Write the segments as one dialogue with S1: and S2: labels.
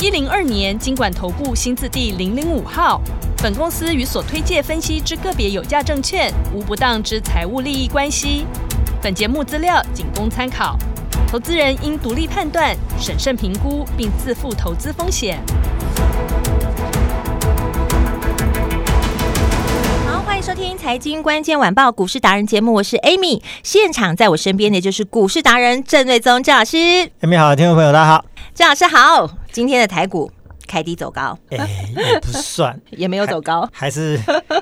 S1: 一零二年经管投顾新字第零零五号。本公司与所推介分析之个别有价证券无不当之财务利益关系。本节目资料仅供参考，投资人应独立判断、审慎评估，并自负投资风险。
S2: 好，欢迎收听《财经关键晚报》股市达人节目，我是 Amy。现场在我身边的就是股市达人郑瑞宗郑老师，
S3: 哎，你好，听众朋友，大家好。
S2: 郑老师好。今天的台股开低走高，
S3: 哎、也不 算，
S2: 也没有走高，
S3: 还是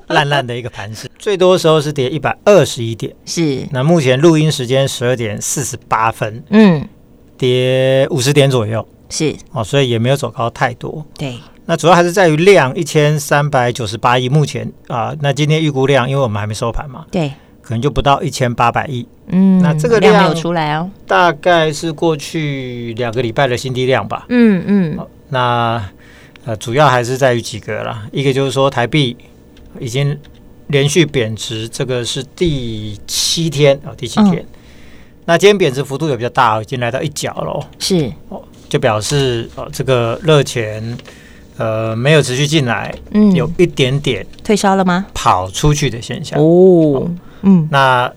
S3: 烂烂的一个盘势，最多的时候是跌一百二十一点。
S2: 是，
S3: 那目前录音时间十二点四十八分，
S2: 嗯，
S3: 跌五十点左右
S2: 是
S3: 哦，所以也没有走高太多。
S2: 对，
S3: 那主要还是在于量一千三百九十八亿，目前啊、那今天预估量，因为我们还没收盘嘛，
S2: 对，
S3: 可能就不到一千八百亿，
S2: 嗯
S3: 那这个
S2: 量没
S3: 量
S2: 有出来哦，
S3: 大概是过去两个礼拜的新低量吧。
S2: 嗯嗯，
S3: 那呃，主要还是在于几个啦，一个就是说台币已经连续贬值，这个是第七天哦，第七
S2: 嗯
S3: 天。那今天贬值幅度也比较大哦，已经来到一角了，
S2: 是，
S3: 就表示哦，这个热钱呃没有持续进来，
S2: 嗯，
S3: 有一点点
S2: 退烧了吗？
S3: 跑出去的现象。
S2: 哦，嗯，
S3: 那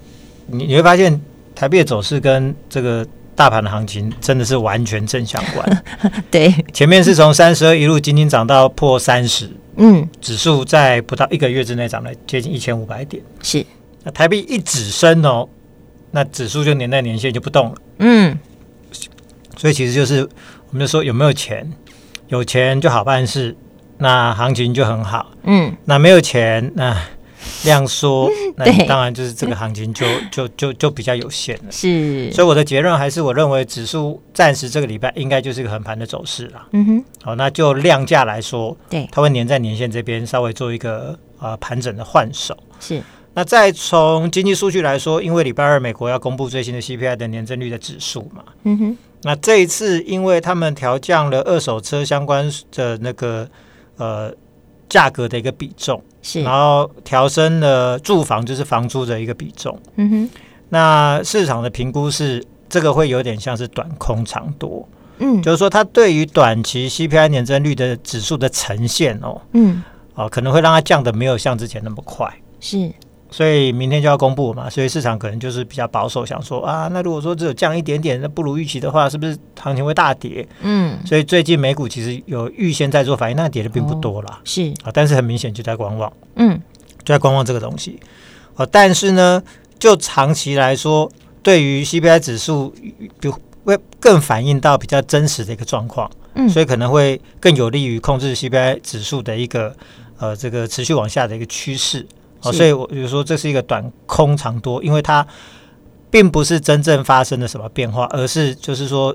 S3: 你你会发现台币的走势跟这个大盘的行情真的是完全正相关。
S2: 对，
S3: 前面是从三十二一路仅仅涨到破三十，
S2: 嗯，
S3: 指数在不到一个月之内涨了接近一千五百点，
S2: 是，
S3: 那台币一指升哦，那指数就年在年线就不动了。
S2: 嗯，
S3: 所以其实就是我们就说有没有钱，有钱就好办事，那行情就很好；
S2: 嗯，
S3: 那没有钱，那量 缩，那
S2: 对
S3: 你当然就是这个行情就就就就比较有限了。
S2: 是，
S3: 所以我的结论还是，我认为指数暂时这个礼拜应该就是一个横盘的走势啦。
S2: 嗯哼，
S3: 好、那就量价来说，
S2: 对
S3: 它会粘在年线这边稍微做一个呃盘整的换手。
S2: 是，
S3: 那再从经济数据来说，因为礼拜二美国要公布最新的 CPI 的年增率的指数嘛，
S2: 嗯哼，
S3: 那这一次因为他们调降了二手车相关的那个呃价格的一个比重，
S2: 是
S3: 然，后调升了住房就是房租的一个比重。
S2: 嗯哼，
S3: 那市场的评估是这个会有点像是短空长多，
S2: 嗯，
S3: 就是说它对于短期 CPI 年增率的指数的呈现哦，
S2: 嗯，
S3: 哦可能会让它降的没有像之前那么快。
S2: 是，
S3: 所以明天就要公布嘛，所以市场可能就是比较保守，想说啊，那如果说只有降一点点，那不如预期的话，是不是行情会大跌？
S2: 嗯，
S3: 所以最近美股其实有预先在做反应，那跌的并不多啦。
S2: 是，
S3: 啊，但是很明显就在观望，
S2: 嗯，
S3: 就在观望这个东西。哦、但是呢，就长期来说，对于 CPI 指数比会更反映到比较真实的一个状况，
S2: 嗯
S3: 所以可能会更有利于控制 CPI 指数的一个呃这个持续往下的一个趋势。哦，
S2: 是
S3: 所以我就说这是一个短空长多，因为它并不是真正发生了什么变化，而是就是说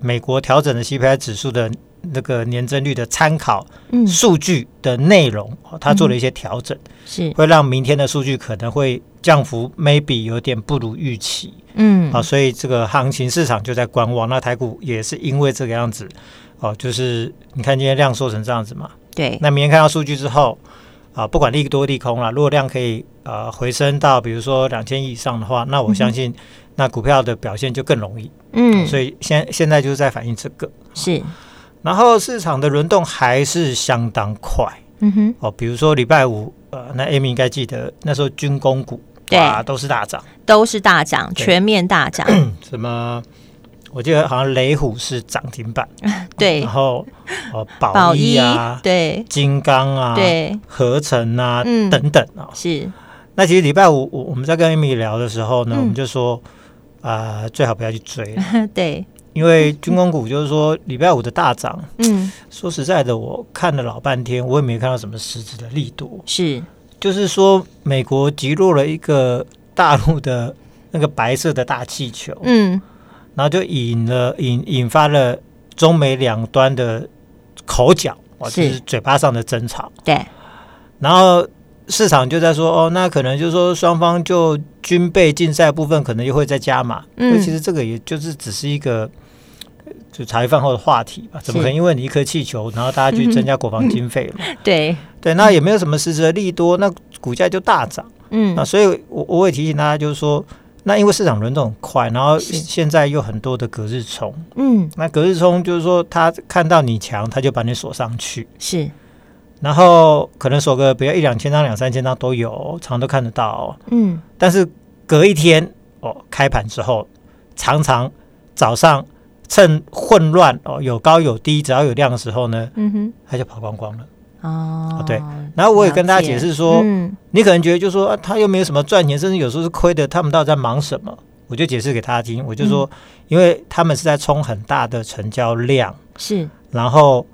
S3: 美国调整的 CPI 指数的那个年增率的参考
S2: 嗯，
S3: 数据的内容，哦它做了一些调整，
S2: 是，
S3: 会让明天的数据可能会降幅 maybe 有点不如预期
S2: 嗯，
S3: 啊，所以这个行情市场就在观望。那台股也是因为这个样子，哦，就是你看今天量缩成这样子嘛，
S2: 对，
S3: 那明天看到数据之后。啊，不管利多利空啦，如果量可以呃回升到比如说两千亿以上的话，那我相信那股票的表现就更容易。
S2: 嗯，
S3: 所以现现在就是在反映这个，
S2: 是，
S3: 然后市场的轮动还是相当快。
S2: 嗯哼，
S3: 哦，比如说礼拜五，呃，那 Amy 应该记得那时候军工股
S2: 对
S3: 哇都是大涨，
S2: 都是大涨，
S3: 对
S2: 全面大 涨，
S3: 什么我记得好像雷虎是涨停板，
S2: 对
S3: 然，后 哦宝
S2: 宝
S3: 益
S2: 一
S3: 啊、，
S2: 对
S3: 金刚啊、
S2: 对，
S3: 合成啊、
S2: 嗯
S3: 等等啊。
S2: 是，
S3: 那其实礼拜五我我们在跟 Amy 聊的时候呢，
S2: 嗯
S3: 我们就说啊、最好不要去追了，
S2: 对，
S3: 因为军工股就是说礼拜五的大涨，
S2: 嗯，
S3: 说实在的，我看了老半天，我也没看到什么实质的力度。
S2: 是，
S3: 就是说美国击落了一个大陆的那个白色的大气球，
S2: 嗯，
S3: 然后就引了引引发了中美两端的口角，哇，就是是嘴巴上的争吵。
S2: 对，
S3: 然后市场就在说哦，那可能就是说双方就军备竞赛部分可能又会再加码。
S2: 嗯
S3: 那其实这个也就是只是一个呃就茶余饭后的话题吧，怎么
S2: 是
S3: 可能因为你一颗气球，然后大家去增加国防经费嘛？
S2: 对，
S3: 对，那也没有什么实质的利多，那股价就大涨。
S2: 嗯
S3: 那所以我，我也提醒大家，就是说，那因为市场轮动很快，然后
S2: 是
S3: 现在有很多的隔日冲，
S2: 嗯
S3: 那隔日冲就是说，他看到你强，他就把你锁上去，
S2: 是，
S3: 然后可能锁个比如一两千张、两三千张都有，常都看得到哦、
S2: 嗯
S3: 但是隔一天哦，开盘之后，常常早上趁混乱哦，有高有低，只要有量的时候呢，
S2: 嗯哼
S3: 它就跑光光了。
S2: 哦
S3: 啊对然后我也跟大家解释说，
S2: 嗯
S3: 你可能觉得就说啊，他又没有什么赚钱，甚至有时候是亏的，他们到底在忙什么？我就解释给大家听，我就说，因为他们是在冲很大的成交量，
S2: 是
S3: 然后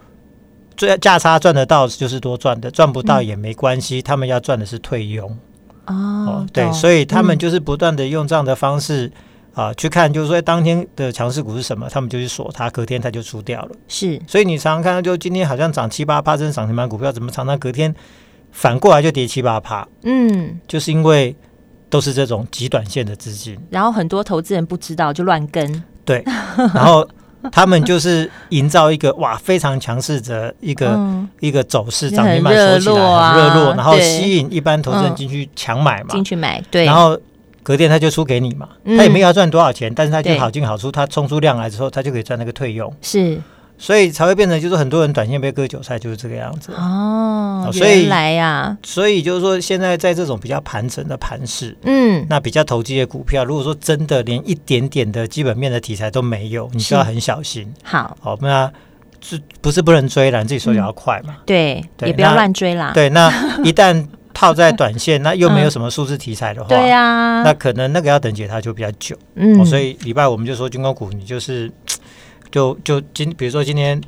S3: 最价差赚得到就是多赚的，赚不到
S2: 嗯
S3: 也没关系，他们要赚的是退佣
S2: 哦，
S3: 对，
S2: 懂
S3: 所以他们
S2: 嗯
S3: 就是不断的用这样的方式。啊，去看就是说当天的强势股是什么，他们就去锁它，隔天它就出掉了。
S2: 是
S3: 所以你常常看到，就今天好像涨七八趴，真的涨停板股票，怎么常常隔天反过来就跌七八趴？
S2: 嗯，
S3: 就是因为都是这种极短线的资金，
S2: 然后很多投资人不知道就乱跟，
S3: 对，然后他们就是营造一个哇非常强势的一个、
S2: 嗯
S3: 一个走势，
S2: 很
S3: 涨停板锁起
S2: 热
S3: 来
S2: 络啊
S3: 很热络，然后
S2: 对
S3: 吸引一般投资人
S2: 嗯
S3: 进去强买嘛，
S2: 进去买，对，
S3: 然后。隔天他就出给你嘛，
S2: 嗯
S3: 他也没有要赚多少钱，但是他就
S2: 对
S3: 好进好出，他冲出量来之后，他就可以赚那个退佣，
S2: 是
S3: 所以才会变成就是很多人短线被割韭菜就是这个样子。
S2: 哦，
S3: 所以
S2: 原来啊呀，
S3: 所以就是说，现在在这种比较盘整的盘势，
S2: 嗯
S3: 那比较投机的股票，如果说真的连一点点的基本面的题材都没有，你
S2: 是
S3: 就要很小心。
S2: 好，
S3: 好，那是不是不能追啦？你自己手脚要快嘛。
S2: 对，
S3: 对
S2: 也不要
S3: 那
S2: 乱追啦，
S3: 对，那一旦套在短线，那又没有什么数字题材的话，
S2: 嗯对啊，
S3: 那可能那个要等解它就比较久。
S2: 嗯
S3: 哦、所以礼拜我们就说军工股，你就是就就今比如说今天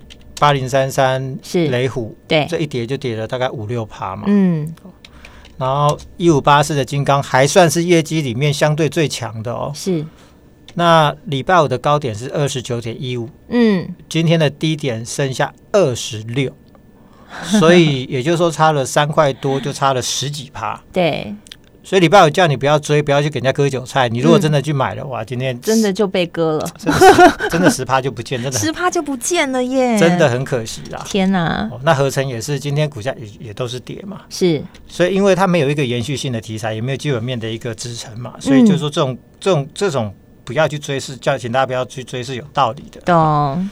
S3: 八零三三
S2: 是
S3: 雷虎，
S2: 对，
S3: 这一跌就跌了大概五六趴嘛。
S2: 嗯
S3: 然后一五八四的金刚还算是业绩里面相对最强的哦。
S2: 是，
S3: 那礼拜五的高点是二十九点一五，
S2: 嗯
S3: 今天的低点剩下二十六，所以也就是说差了三块多，就差了十几趴。
S2: 对，
S3: 所以礼拜五叫你不要追，不要去给人家割韭菜。你如果真的去买的话，今天
S2: 嗯真的就被割了，
S3: 真的 真的十趴就不见，真的
S2: 十趴就不见了耶，
S3: 真的，很可惜啦。
S2: 天哪，
S3: 哦，那合成也是，今天股价也也都是跌嘛，
S2: 是
S3: 所以因为它没有一个延续性的题材，也没有基本面的一个支撑嘛，所以就是说这种、这种这种不要去追是叫请大家不要去追是有道理的。
S2: 懂，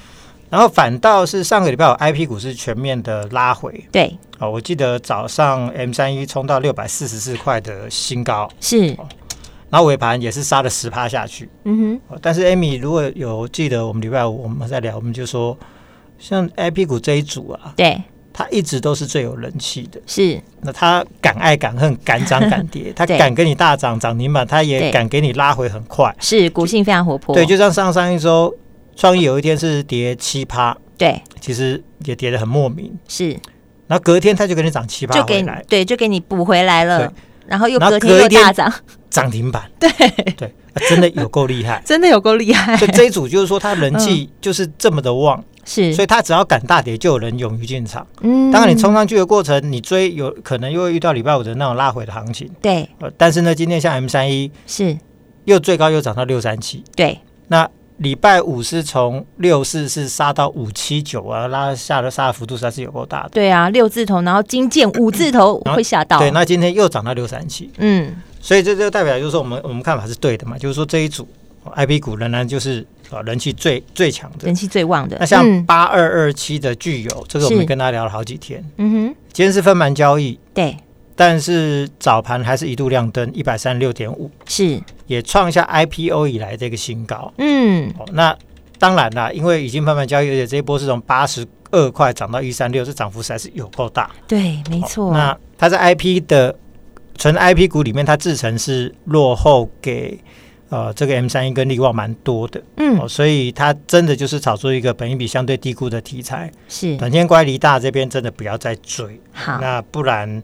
S3: 然后反倒是上个礼拜有 I P 股是全面的拉回
S2: 对，
S3: 哦，我记得早上 M 三一冲到六百四十四块的新高，
S2: 是，
S3: 然后尾盘也是杀了十趴下去、
S2: 嗯哼，
S3: 哦。但是 Amy 如果有记得我们礼拜五我们在聊，我们就说像 I P 股这一组啊，
S2: 对，
S3: 它一直都是最有人气的。
S2: 是，
S3: 那它敢爱敢恨，敢涨敢跌， 它
S2: 对
S3: 敢跟你大涨涨停板，它
S2: 对
S3: 也敢给你拉回很快。
S2: 是，股性非常活泼，
S3: 对，就像上上一周创意有一天是跌七趴，
S2: 对，
S3: 其实也跌得很莫名。
S2: 是，
S3: 然后隔天它就给你涨七八
S2: 就
S3: 回
S2: 给你
S3: 来，
S2: 对，就给你补回来了
S3: 对。
S2: 然后又
S3: 然
S2: 隔
S3: 后
S2: 天
S3: 隔
S2: 又
S3: 一天
S2: 大涨， 。
S3: 涨停板。对对、啊真的有够厉害
S2: 真的有够厉害
S3: 所以这一组就是说，它人
S2: 嗯
S3: 气就是这么的旺，
S2: 是，
S3: 所以它只要敢大跌，就有人勇于进场。
S2: 嗯
S3: 当然，你冲上去的过程，你追有可能又会遇到礼拜五的那种拉回的行情。
S2: 对
S3: 呃，但是呢，今天像 M 三一
S2: 是，
S3: 又最高又涨到六三七，
S2: 对，
S3: 那礼拜五是从六四四杀到五七九啊，拉下的杀的幅度实在是有够大的。
S2: 对啊，六字头，然后金剑五字头
S3: 然后
S2: 会吓到，
S3: 对，那今天又涨到六三七，
S2: 嗯
S3: 所以这就代表就是说我们我们看法是对的嘛，就是说这一组呃 I P 股仍然就是啊人气最最强的
S2: 人。气最旺的，
S3: 那像
S2: 嗯
S3: 八二二七的具有，这个我
S2: 是
S3: 们跟大家聊了好几天，
S2: 嗯
S3: 今天是分盘交易，
S2: 哼，对，
S3: 但是早盘还是一度亮灯一百三十六点五，
S2: 是，
S3: 也创下 I P O 以来的一个新高。
S2: 嗯
S3: 哦，那当然啦，因为已经慢慢交易，而且这一波是从八十二块涨到一三六，这涨幅实在是有够大。
S2: 对，没
S3: 哦
S2: 错，
S3: 那它在 IP 的纯 IP 股里面，它自成是落后给呃这个 M 三一跟力旺蛮多的、
S2: 嗯
S3: 哦，所以它真的就是炒出一个本益比相对低估的题材。
S2: 是
S3: 短线乖离大这边真的不要再追，
S2: 好
S3: 那不然。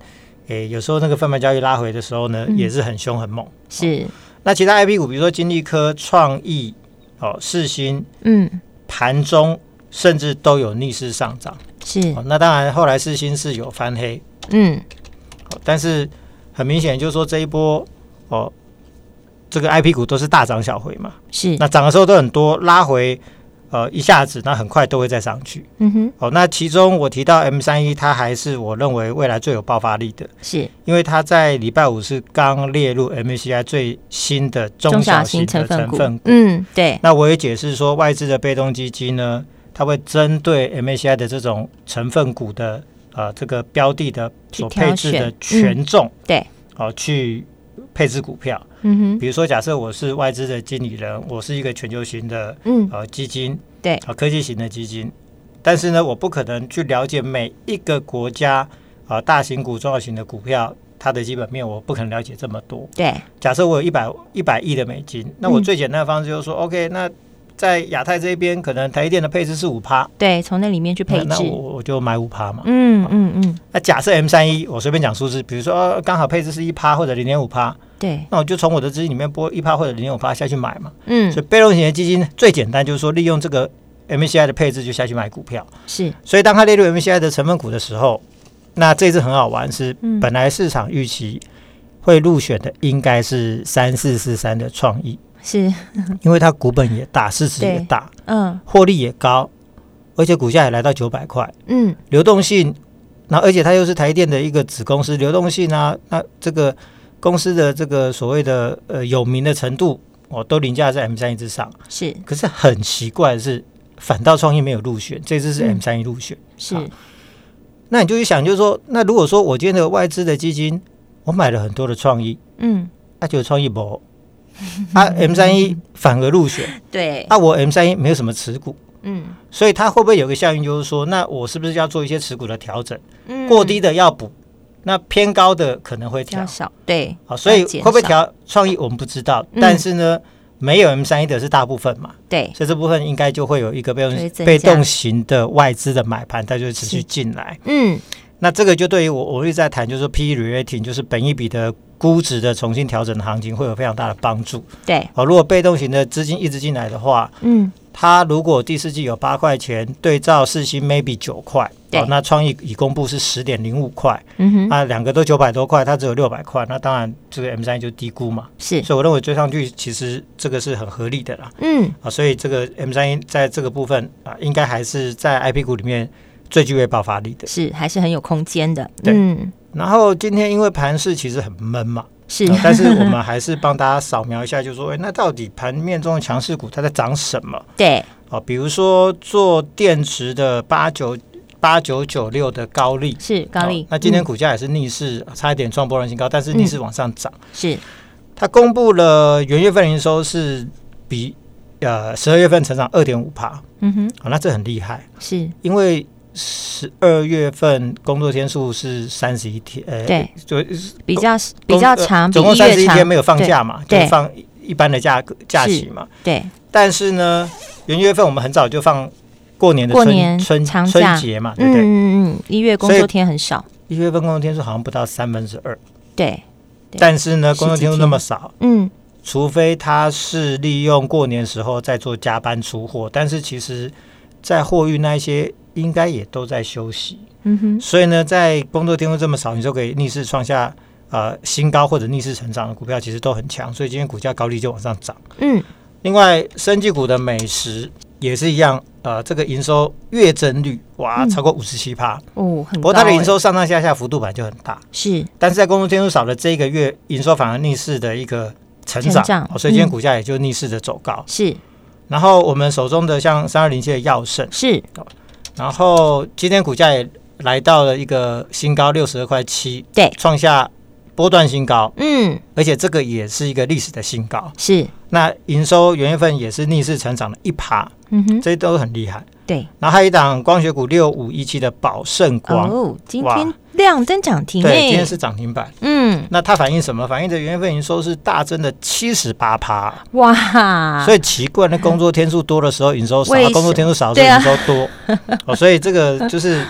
S3: 诶，有时候那个贩卖交易拉回的时候呢，
S2: 嗯
S3: 也是很凶很猛。
S2: 是，
S3: 那其他 I P 股，比如说金利科、创意、哦、世新、
S2: 嗯
S3: 盘中甚至都有逆势上涨。
S2: 是
S3: 哦，那当然后来世新是有翻黑，
S2: 嗯
S3: 哦但是很明显就是说这一波哦，这个 I P 股都是大涨小回嘛，
S2: 是，
S3: 那涨的时候都很多，拉回呃一下子，那很快都会再上去。
S2: 嗯哼，
S3: 哦，那其中我提到 M 三一，它还是我认为未来最有爆发力的，
S2: 是
S3: 因为它在礼拜五是刚列入 MSCI 最新的中小型的成
S2: 股
S3: 分，股。
S2: 嗯，对，
S3: 那我也解释说，外资的被动基金呢，它会针对 MSCI 的这种成分股的呃这个标的的所
S2: 去挑
S3: 配置的
S2: 选
S3: 权重，
S2: 对，
S3: 哦、去配置股票。
S2: 嗯哼，
S3: 比如说，假设我是外资的经理人，我是一个全球型的
S2: 嗯，
S3: 呃基金，
S2: 对
S3: 啊、科技型的基金，但是呢，我不可能去了解每一个国家啊、呃大型股、中小型的股票它的基本面，我不可能了解这么多。
S2: 对，
S3: 假设我有一百一百亿的美金，那我
S2: 嗯
S3: 最简单的方式就是说、o k 那在亚太这边，可能台积电的配置是五趴，
S2: 对，从那里面去配
S3: 那
S2: 置，
S3: 那我我就买五趴嘛。
S2: 嗯嗯嗯，
S3: 那假设 M 三一，我随便讲数字，比如说哦刚、好配置是一趴或者零点五趴，
S2: 对，
S3: 那我就从我的资金里面拨一趴或者零点五趴下去买嘛。
S2: 嗯
S3: 所以被动型的基金最简单就是说利用这个 MSCI 的配置就下去买股票。
S2: 是，
S3: 所以当它列入 MSCI 的成分股的时候，那这次很好玩是
S2: 嗯，
S3: 本来市场预期会入选的应该是三四四三的创意，
S2: 是，
S3: 因为它股本也大，市值也
S2: 对
S3: 大，
S2: 嗯
S3: 获利也高，而且股价也来到九百块，
S2: 嗯，
S3: 流动性，那而且它又是台电的一个子公司，流动性啊，那这个公司的这个所谓的呃有名的程度，哦，都凌驾在 M 三一之上。
S2: 是
S3: 可是很奇怪的是，反倒创意没有入选，这次是
S2: 嗯
S3: M 三一入选。
S2: 是，
S3: 好那你就去想，就是说，那如果说我今天的外资的基金，我买了很多的创意，
S2: 嗯，
S3: 那、就创 意博，啊 M 三一反而入选，
S2: 对，
S3: 啊我 M 三一没有什么持股，
S2: 嗯
S3: 所以它会不会有个效应，就是说，那我是不是要做一些持股的调整？
S2: 嗯，
S3: 过低的要补，那偏高的可能会
S2: 比较
S3: 调，
S2: 少，对，
S3: 好，所以
S2: 要减
S3: 会不会
S2: 少
S3: 调创意我们不知道，
S2: 啊嗯
S3: 但是呢，没有 M 三一的是大部分嘛，
S2: 对，
S3: 所以这部分应该就会有一个被
S2: 就会增加
S3: 动被动型的外资的买盘，它就会持续
S2: 是
S3: 进来。
S2: 嗯
S3: 那这个就对于我，我一直在谈，就是说 P E rating，就是本一笔的估值的重新调整的行情，会有非常大的帮助。
S2: 对，
S3: 哦，如果被动型的资金一直进来的话，
S2: 嗯
S3: 它如果第四季有八块钱，对照四星 maybe 九块，
S2: 对
S3: 哦，那创意已公布是十点零五块，
S2: 嗯哼，
S3: 啊，两个都九百多块，它只有六百块，那当然这个 M 三就低估嘛，
S2: 是，
S3: 所以我认为追上去其实这个是很合理的啦，
S2: 嗯
S3: 啊，所以这个 M 三在这个部分啊，应该还是在 I P 股里面最具备爆发力的。
S2: 是，还是很有空间的，
S3: 对
S2: 嗯
S3: 然后今天因为盘市其实很闷嘛，
S2: 是
S3: 呃，但是 我们还是帮大家扫描一下，就说，哎，那到底盘面中的强势股它在涨什么？
S2: 对，
S3: 哦，比如说做电池的八九八九九六的高利，
S2: 是高丽
S3: 哦，那今天
S2: 嗯
S3: 股价也是逆势，差一点创波段新高，但是逆势往上涨。
S2: 是
S3: 它公布了元月份营收是比呃十二月份成长二点五帕，啊、
S2: 嗯哼
S3: 哦，那这很厉害，
S2: 是
S3: 因为。十二月份工作天数是三十一天，呃，
S2: 对，
S3: 就呃
S2: 比较比较长，比
S3: 总共
S2: 一
S3: 三十
S2: 月
S3: 一天
S2: 长，
S3: 没有放假嘛，
S2: 对
S3: 就是放一般的假假期嘛。
S2: 对，
S3: 但是呢，元月份我们很早就放过年的
S2: 过
S3: 春
S2: 年
S3: 春
S2: 长假
S3: 春节嘛，对不
S2: 嗯
S3: 对？
S2: 嗯嗯，一月工
S3: 所以
S2: 作天很少，
S3: 一、月份工作天数好像不到三分之二，
S2: 对，对
S3: 但是呢，
S2: 十几
S3: 工作天数那么少，
S2: 嗯
S3: 除非他是利用过年时候在做加班出货，但是其实，在货运那一些应该也都在休息，
S2: 嗯哼
S3: 所以呢，在工作天数这么少，你就可以逆势创下。呃，新高或者逆势成长的股票其实都很强，所以今天股价高利就往上涨。
S2: 嗯
S3: 另外，生技股的美食也是一样，呃，这个营收月增率哇
S2: 嗯
S3: 超过五十七趴，
S2: 哦，很高
S3: 不过它的营
S2: 欸
S3: 收上上下下幅度本来就很大，
S2: 是
S3: 但是在工作天数少的这一个月，营收反而逆势的一个成长，
S2: 成长
S3: 哦所以今天
S2: 嗯
S3: 股价也就逆势的走高。
S2: 是
S3: 然后我们手中的像三二零七的药盛，
S2: 是，
S3: 然后今天股价也来到了一个新高六十二块七，
S2: 对
S3: 创下波段新高，
S2: 嗯
S3: 而且这个也是一个历史的新高。
S2: 是，
S3: 那营收元月份也是逆势成长了一趴，
S2: 嗯哼
S3: 这都很厉害。
S2: 对，
S3: 然后还有一档光学股六五一七的宝盛光，
S2: 哦，欸今
S3: 哇
S2: 天亮灯涨停
S3: 对，今天
S2: 诶，
S3: 是涨停板。
S2: 嗯
S3: 那它反映什么？反映的原份营收是大增的七十八趴，
S2: 哇，
S3: 所以奇怪，那工作天数多的时候营收少
S2: 为什，么
S3: 工作天数少的时
S2: 啊
S3: 候营收 多、哦，所以这个就是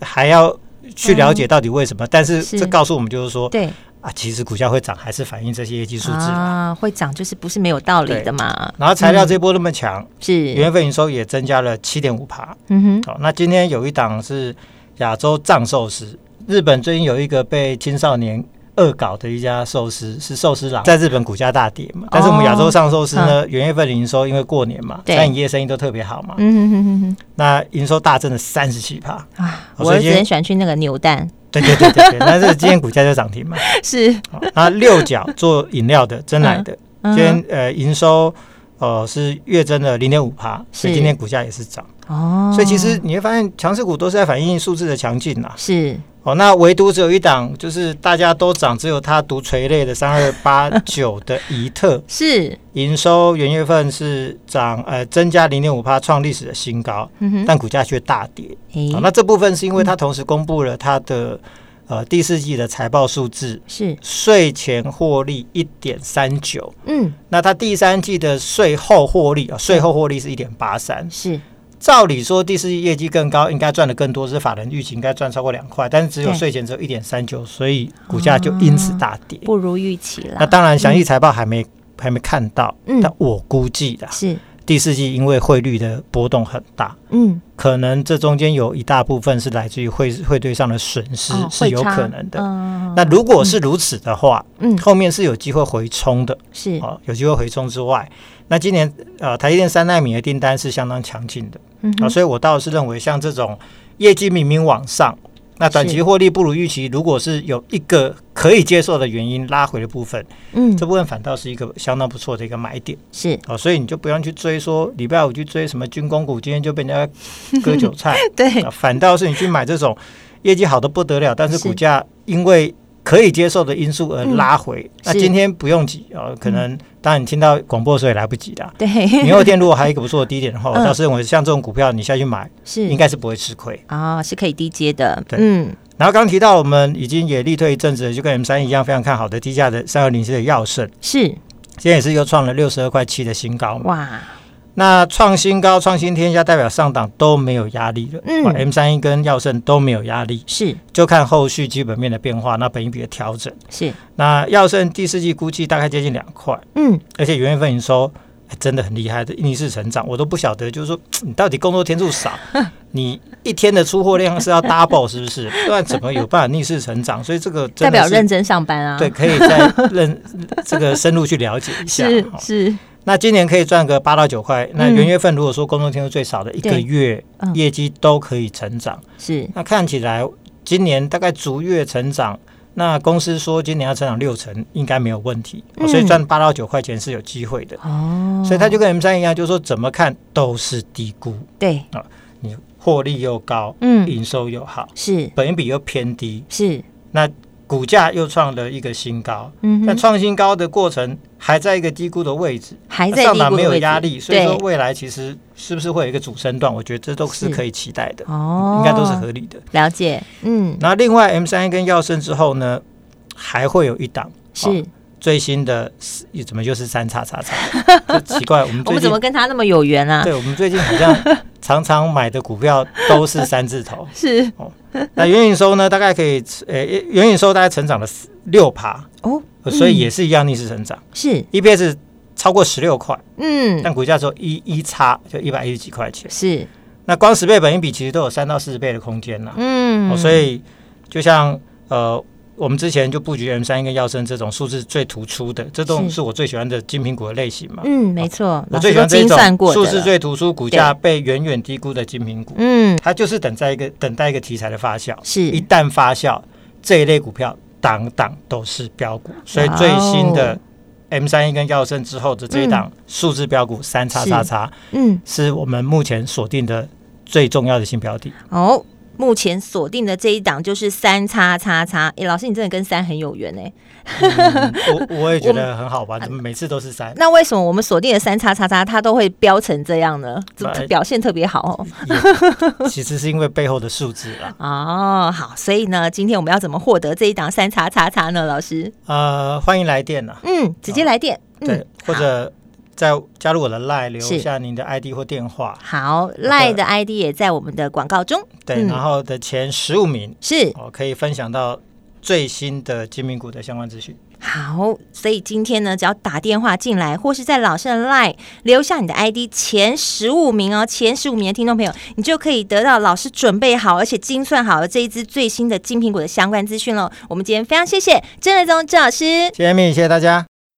S3: 还要去了解到底为什么。但是
S2: 嗯是
S3: 这告诉我们就是说
S2: 对
S3: 啊，其实股价会涨还是反映这些业绩数字。
S2: 啊，会涨就是不是没有道理
S3: 对
S2: 的嘛，
S3: 然后材料这波那么强，
S2: 嗯是
S3: 原份营收也增加了七点五趴。哦
S2: 嗯哼
S3: 好、那今天有一档是亚洲藏寿司，日本最近有一个被青少年恶搞的一家寿司，是寿司郎，在日本股价大跌嘛。但是我们亚洲上寿司呢，元月份的营收因为过年嘛，
S2: 哦嗯对
S3: 餐饮业生意都特别好嘛，
S2: 嗯哼哼哼
S3: 那营收大增了三十七趴。
S2: 哼啊！我
S3: 哦所以
S2: 儿子
S3: 今天
S2: 很喜欢去那个牛蛋，
S3: 对对对对对，但是今天股价就涨停 嘛。
S2: 是，
S3: 好那六角做饮料的真奶的，
S2: 嗯
S3: 今天呃营收呃是月增了零点五趴，所以
S2: 是
S3: 今天股价也是涨。
S2: 哦，
S3: 所以其实你会发现强势股都是在反映数字的强劲呐。
S2: 是，
S3: 哦，那唯独只有一档就是大家都涨，只有它独垂泪的三二八九的怡特
S2: 是，
S3: 营收元月份是涨呃增加零点五帕，创历史的新高，
S2: 嗯哼，
S3: 但股价却大跌。
S2: 诶
S3: 好、那这部分是因为它同时公布了它的呃第四季的财报数字，
S2: 是，
S3: 税前获利一点三九，
S2: 嗯，
S3: 那它第三季的税后获利啊，税后获利是一点八三。
S2: 是
S3: 照理说第四季业绩更高，应该赚的更多，是法人预期应该赚超过两块，但是只有
S2: 对
S3: 税前只有一点三九，所以股价就因此大跌。
S2: 不如预期
S3: 那
S2: 啦，
S3: 当然，详细财报还没、还没看到，
S2: 嗯
S3: 但我估计的
S2: 是，
S3: 第四季因为汇率的波动很大，
S2: 嗯，
S3: 可能这中间有一大部分是来自于汇汇兑上的损失，
S2: 哦
S3: 是
S2: 会
S3: 有
S2: 差
S3: 可能的。
S2: 嗯
S3: 那如果是如此的话，
S2: 嗯
S3: 后面是有机会回冲的
S2: 是
S3: 哦，有机会回冲之外，那今年呃台积电三纳米的订单是相当强劲的。
S2: 嗯
S3: 啊，
S2: 哼
S3: 所以我倒是认为，像这种业绩明明往上，那短期
S2: 是
S3: 获利不如预期，如果是有一个可以接受的原因拉回的部分，
S2: 嗯
S3: 这部分反倒是一个相当不错的一个买点
S2: 是
S3: 啊，所以你就不用去追说礼拜五去追什么军工股，今天就被人家割韭菜，
S2: 对
S3: 啊反倒是你去买这种业绩好的不得了，但是
S2: 是
S3: 股价因为。可以接受的因素而拉回，
S2: 嗯
S3: 那
S2: 是嗯
S3: 今天不用急啊、呃可能当然你听到广播的时候也来不及 啦。
S2: 对，
S3: 明后天如果还有一个不错的低点的话，我
S2: 嗯
S3: 倒是认为像这种股票你下去买，
S2: 是
S3: 应该是不会吃亏。
S2: 啊、是可以低阶的，
S3: 对
S2: 嗯
S3: 然后刚提到，我们已经也力推一阵子，就跟 M 三一样非常看好的低价的三二零七的药盛，
S2: 是
S3: 现在也是又创了六十二块七的新
S2: 嗯
S3: 高嘛。
S2: 哇，
S3: 那创新高、创新天下，代表上档都没有压力了。
S2: 嗯
S3: ，M 三一跟药盛都没有压力，
S2: 是
S3: 就看后续基本面的变化，那本一比的调整。
S2: 是，
S3: 那药盛第四季估计大概接近两块，
S2: 嗯
S3: 而且元月份营收、哎真的很厉害的逆势成长，我都不晓得，就是说你到底工作天 数少，你一天的出货量是要 double 是不是？不然怎么有办法逆势成长？所以这个真
S2: 代
S3: 的
S2: 表
S3: 是
S2: 认真上班啊，
S3: 对，，可以再认 这个深入去了解一下。
S2: 是
S3: 哦
S2: 是，
S3: 那今年可以赚个八到九块，那
S2: 嗯
S3: 元月份如果说工作天数最少的一个
S2: 对
S3: 月
S2: 嗯，
S3: 业绩都可以成长，
S2: 是
S3: 那看起来今年大概逐月成长。那公司说今年要成长六成，应该没有问题，哦所以
S2: 嗯
S3: 赚八到九块钱是有机会的。
S2: 哦，
S3: 所以它就跟 M 三一样，就是说怎么看都是低估，
S2: 对，
S3: 你获利又高，
S2: 嗯
S3: 营收又好，
S2: 是
S3: 本益比又偏低，
S2: 是，
S3: 那股价又创了一个新高。
S2: 嗯
S3: 那
S2: 哼，
S3: 创新高的过程还在一个低估的位置，
S2: 还
S3: 那
S2: 在
S3: 上
S2: 低
S3: 档
S2: 估
S3: 没
S2: 的
S3: 有
S2: 位
S3: 压
S2: 置
S3: 力，所以说
S2: 对
S3: 未来其实是不是会有一个主升段？我觉得这都是
S2: 是
S3: 可以期待的，
S2: 哦，
S3: 应该都是合理的。
S2: 了解，嗯
S3: 那另外 M 三跟药盛之后呢，还会有一档哦
S2: 是，
S3: 最新的，怎么又是三叉叉叉？ 就奇怪，我们
S2: 我
S3: 最
S2: 们
S3: 近
S2: 怎么跟他那么有缘啊？
S3: 对，我们最近好像常常买的股票都是三 字头。
S2: 是
S3: 那原营收呢，大概可以，呃、原营收大概成长了六趴，呃
S2: 哦，
S3: 所以也是一样逆势成长、
S2: 是
S3: e p s 超过十六块，
S2: 嗯
S3: 但股价只有一一差，就一百一十几块钱。
S2: 是
S3: 那光十倍本益比其实都有三到四十倍的空间啦、
S2: 嗯
S3: 哦，所以就像呃。我们之前就布局 M 三跟药生这种数字最突出的，这种
S2: 是
S3: 是我最喜欢的精品股的类型嘛。
S2: 嗯没错，
S3: 我
S2: 老
S3: 最
S2: 师
S3: 喜
S2: 都
S3: 欢这
S2: 精算
S3: 种
S2: 过
S3: 数
S2: 的
S3: 字
S2: 了，
S3: 最突出、股价被远远低估的精品股。
S2: 嗯
S3: 它就是等在一个等待一个题材的发酵，
S2: 是
S3: 一旦发酵，这一类股票档档都是标股，所以
S2: 哇哦
S3: 最新的 M 三一跟药生之后的这一档数字标股三叉叉叉，
S2: 嗯
S3: 是我们目前锁定的最重要的新标的。
S2: 哦。目前锁定的这一档就是三叉叉叉，哎，老师你真的跟三很有缘哎、
S3: 嗯我我也觉得很好玩，怎么每次都是 三？
S2: 那为什么我们锁定的三叉叉叉它都会标成这样呢？怎么
S3: 哎
S2: 表现特别好哦？
S3: 也其实是因为背后的数字啦。
S2: 哦，好，所以呢，今天我们要怎么获得这一档三叉叉叉呢？老师，
S3: 呃，欢迎来电啦，
S2: 嗯，直接来电，
S3: 对
S2: 嗯，，
S3: 或者再加入我的 line 留
S2: 是
S3: 下您的 ID 或电话，
S2: 好赖的 ID 也在我们的广告中，
S3: 对，
S2: 嗯
S3: 然后的前十五名。
S2: 是
S3: 哦，可以分享到最新的金明股的相关资讯。
S2: 好，所以今天呢，只要打电话进来，或是在老盛 Line 留下你的 ID 前十五名哦，前十五名的听众朋友，你就可以得到老师准备好而且精算好的这一支最新的金苹果的相关资讯喽。我们今天非常谢谢郑瑞宗郑老师。
S3: 谢谢米，谢谢大家。